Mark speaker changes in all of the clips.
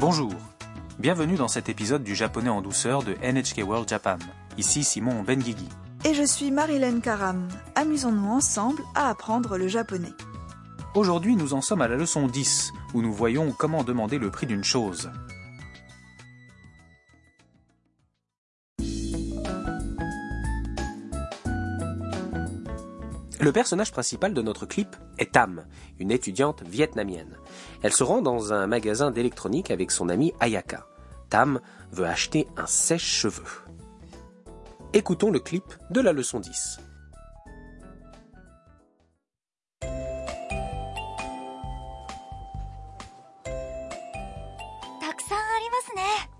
Speaker 1: Bonjour, bienvenue dans cet épisode du japonais en douceur de NHK World Japan. Ici Simon Benguigui.
Speaker 2: Et je suis Marilyn Karam. Amusons-nous ensemble à apprendre le japonais.
Speaker 1: Aujourd'hui, nous en sommes à la leçon 10, où nous voyons comment demander le prix d'une chose.
Speaker 3: Le personnage principal de notre clip est Tam, une étudiante vietnamienne. Elle se rend dans un magasin d'électronique avec son amie Ayaka. Tam veut acheter un sèche-cheveux. Écoutons le clip de la leçon 10.
Speaker 4: たくさんありますね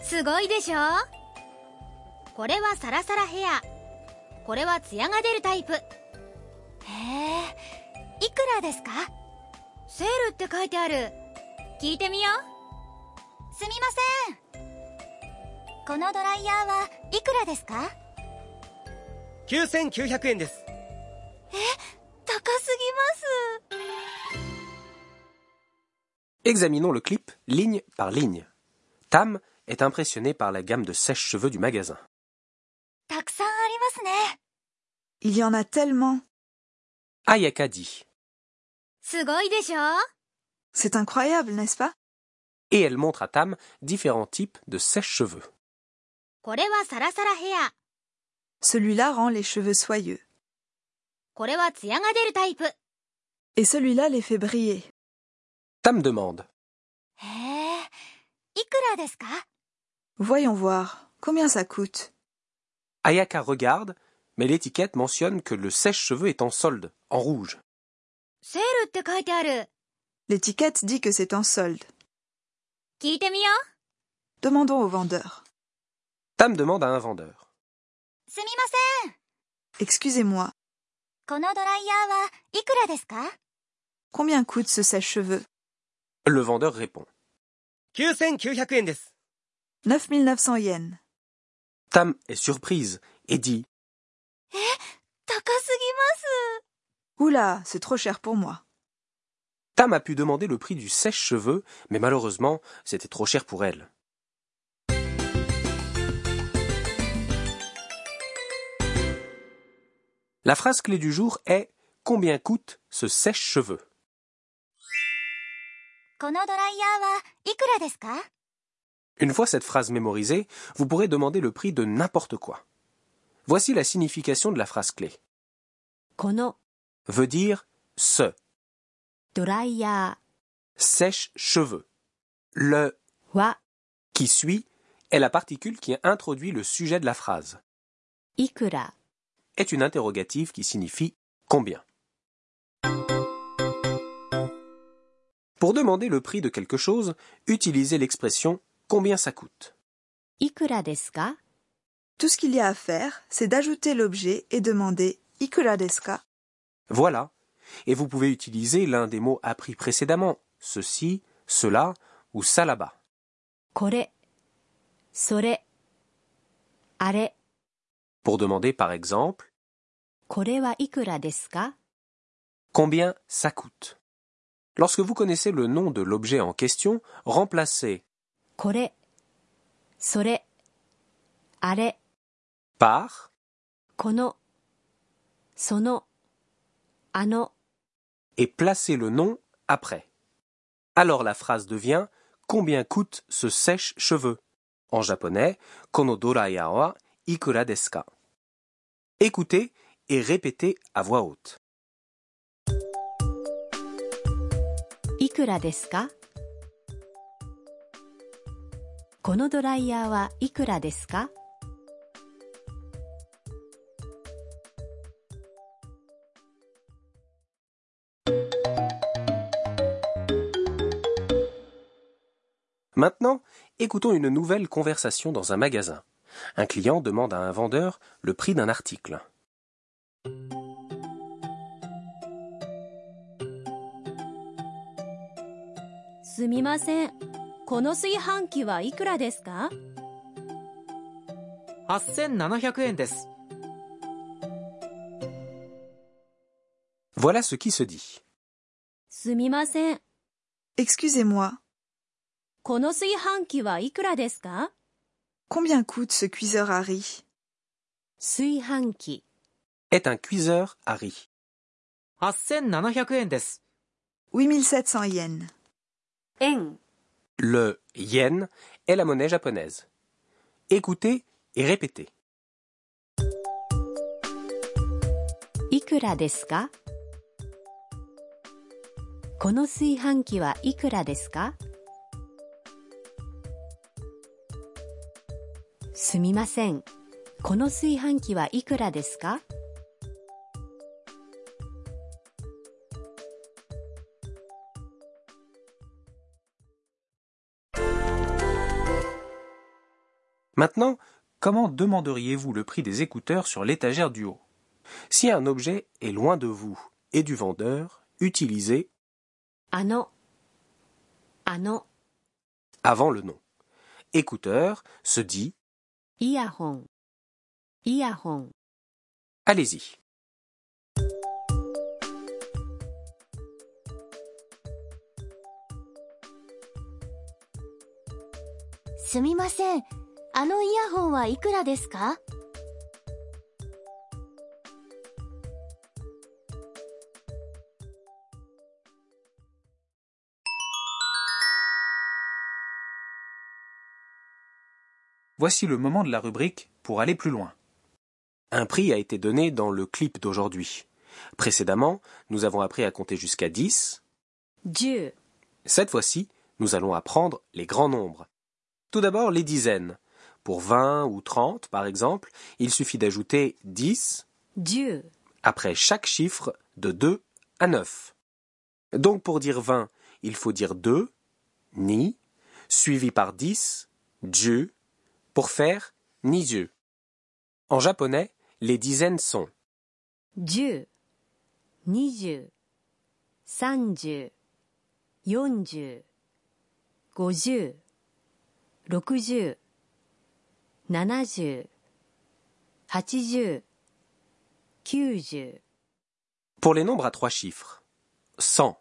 Speaker 4: すごいでしょこれはサラサラヘアこれはツヤが出るタイプへえいくらですかセールって書いてある聞いてみようすみませんこのドライヤーはいくらですか
Speaker 5: 9900円です
Speaker 4: 高すぎます
Speaker 3: Examinons le clip ligne par ligne. Tam est impressionnée par la gamme de sèche-cheveux du magasin.
Speaker 4: たくさんありますね
Speaker 2: Il y en a tellement.
Speaker 3: Ayaka dit,
Speaker 4: すごいでしょ
Speaker 2: C'est incroyable, n'est-ce pas
Speaker 3: et elle montre à Tam différents types de sèche-cheveux.
Speaker 4: これはサラサラヘア
Speaker 2: Celui-là rend les cheveux soyeux.
Speaker 4: これはツヤが出るタイプへ
Speaker 2: Et celui-là les fait briller.
Speaker 3: Tam demande,
Speaker 4: えいくらですか
Speaker 2: Voyons voir. Combien ça coûte
Speaker 3: Ayaka regarde, mais l'étiquette mentionne que le sèche-cheveux est en solde, en rouge.
Speaker 4: セールって書いてある
Speaker 2: L'étiquette dit que c'est en solde.
Speaker 4: 聞いてみよう
Speaker 2: Demandons au vendeur.
Speaker 3: Tam demande à un vendeur.
Speaker 4: すみません
Speaker 2: Excusez-moi,
Speaker 4: このドライヤーはいくらですか
Speaker 2: combien coûte ce sèche-cheveux
Speaker 3: Le vendeur répond.
Speaker 5: 9900円です
Speaker 2: 900 yens.
Speaker 3: Tam est surprise et dit
Speaker 4: 高すぎ
Speaker 2: Oula, c'est trop cher pour moi.
Speaker 3: Tam a pu demander le prix du sèche-cheveux, mais malheureusement, c'était trop cher pour elle. La phrase clé du jour est Combien coûte ce sèche-cheveux
Speaker 4: ますこのドライヤーはいくらですか
Speaker 3: Une fois cette phrase mémorisée, vous pourrez demander le prix de n'importe quoi. Voici la signification de la phrase clé.
Speaker 4: この
Speaker 3: Veut dire ce,
Speaker 4: ドライヤ
Speaker 3: sèche-cheveux. Le
Speaker 4: ーは
Speaker 3: qui suit est la particule qui introduit le sujet de la phrase.
Speaker 4: いくら
Speaker 3: est une interrogative qui signifie combien. Pour demander le prix de quelque chose, utilisez l'expression combien ça coûte.
Speaker 4: いくらですか
Speaker 2: Tout ce qu'il y a à faire, c'est d'ajouter l'objet et demander Ikura desu ka
Speaker 3: Voilà. Et vous pouvez utiliser l'un des mots appris précédemment, ceci, cela ou ça là-bas.
Speaker 4: これそれあれ
Speaker 3: Pour demander par exemple
Speaker 4: これはいくらですか
Speaker 3: combien ça coûte. Lorsque vous connaissez le nom de l'objet en question, remplacez
Speaker 4: これそれあれ
Speaker 3: par
Speaker 4: このそのあの
Speaker 3: et placez le nom après. Alors la phrase devient Combien coûte ce sèche-cheveux En japonais, kono doraya wa ikura desu ka. Écoutez et répétez à voix haute.
Speaker 4: いくらですかこのドライヤーはいくらですか
Speaker 3: Maintenant, écoutons une nouvelle conversation dans un magasin. Un client demande à un vendeur le prix d'un article.
Speaker 6: すみませんこの炊飯器はいくらですか
Speaker 5: 8700円です
Speaker 3: Voilà ce qui se dit.
Speaker 6: すみません
Speaker 2: Excusez-moi,
Speaker 6: この炊飯器はいくらですか
Speaker 2: Combien coûte ce cuiseur à riz
Speaker 6: 炊飯器、
Speaker 3: est un cuiseur à riz.
Speaker 5: 8700円です。
Speaker 2: 8700 yens.
Speaker 6: 円、
Speaker 3: Le yen est la monnaie japonaise. Écoutez et répétez.
Speaker 6: いくらですかこの炊飯器はいくらですかすみません。この炊飯器はいくらですか
Speaker 3: Maintenant,
Speaker 1: Comment demanderiez-vous le prix des écouteurs sur l'étagère du haut
Speaker 3: si un objet est loin de vous et du vendeur, utilisez
Speaker 6: あの、あの、
Speaker 3: avant le nom. Écouteur se dit
Speaker 6: イヤホン、イヤホン、
Speaker 3: allez-y.
Speaker 4: すみませんあのイヤホンはいくらですか
Speaker 1: Voici le moment de la rubrique pour aller plus loin.
Speaker 3: Un prix a été donné dans le clip d'aujourd'hui. Précédemment, nous avons appris à compter jusqu'à 10.
Speaker 6: 10、
Speaker 3: Cette fois-ci, nous allons apprendre les grands nombres. Tout d'abord, les dizaines. Pour 20 ou 30, par exemple, il suffit d'ajouter 10
Speaker 6: 10、
Speaker 3: après chaque chiffre de 2 à 9. Donc pour dire 20, il faut dire 2, ni, suivi par 10, Dieu, pour faire ni Dieu. En japonais, les dizaines sont
Speaker 6: 10、20、30、40、50、60、70、80、90、
Speaker 3: pour les nombres à trois chiffres. 100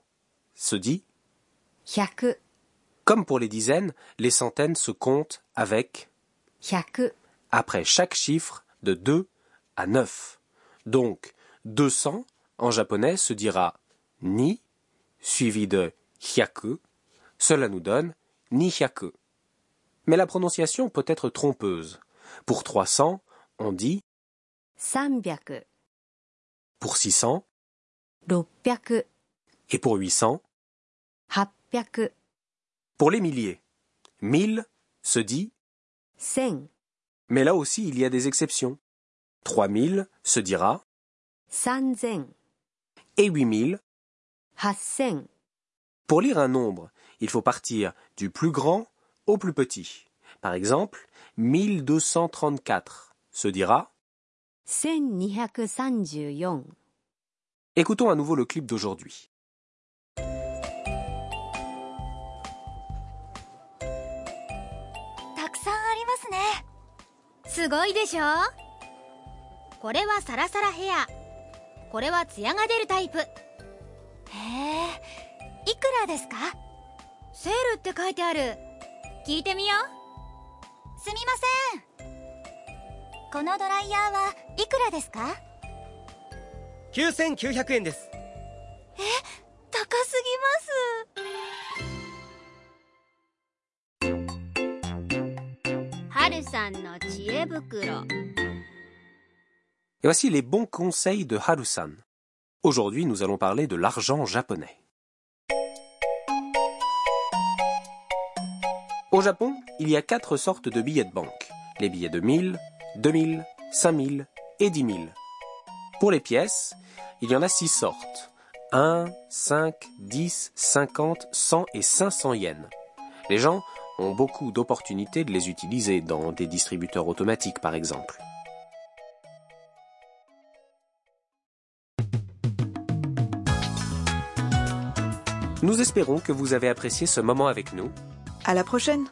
Speaker 3: se dit,
Speaker 6: 100、
Speaker 3: comme pour les dizaines, les centaines se comptent avec
Speaker 6: 100、
Speaker 3: après chaque chiffre de 2 à 9. Donc 200 en japonais se dira ni suivi de hyaku. Cela nous donne ni hyaku. Mais la prononciation peut être trompeuse. Pour 300, on dit
Speaker 6: 300、
Speaker 3: pour 600
Speaker 6: 600、
Speaker 3: et pour 800
Speaker 6: 800、
Speaker 3: pour les milliers. 1000 se dit
Speaker 6: 1000、
Speaker 3: Mais là aussi, il y a des exceptions. 3000 se dira
Speaker 6: 3000、
Speaker 3: et 8000.
Speaker 6: 8000、
Speaker 3: Pour lire un nombre, il faut partir du plus grand au plus petit. Par exemple, 1234 se dira
Speaker 6: 1234。
Speaker 3: Écoutons à nouveau le clip d'aujourd'hui.
Speaker 4: たくさんありますねすごいでしょこれはサラサラヘアこれはツヤが出るタイプへえいくらですかセールって書いてある聞いてみようすみませんこのドライヤーはいくらですか
Speaker 5: 9900円です。
Speaker 4: 高すぎますはるさんの知恵袋
Speaker 3: Et voici les bons conseils de Harusan. Aujourd'hui, nous allons parler de l'argent japonais. Au Japon, il y a quatre sortes de billets de banque. Les billets de 1000, 2000, 5000 et 10 000. Pour les pièces, il y en a six sortes. 1, 5, 10, 50, 100 et 500 yens. Les gens ont beaucoup d'opportunités de les utiliser dans des distributeurs automatiques, par exemple. Nous espérons que vous avez apprécié ce moment avec nous.
Speaker 2: À la prochaine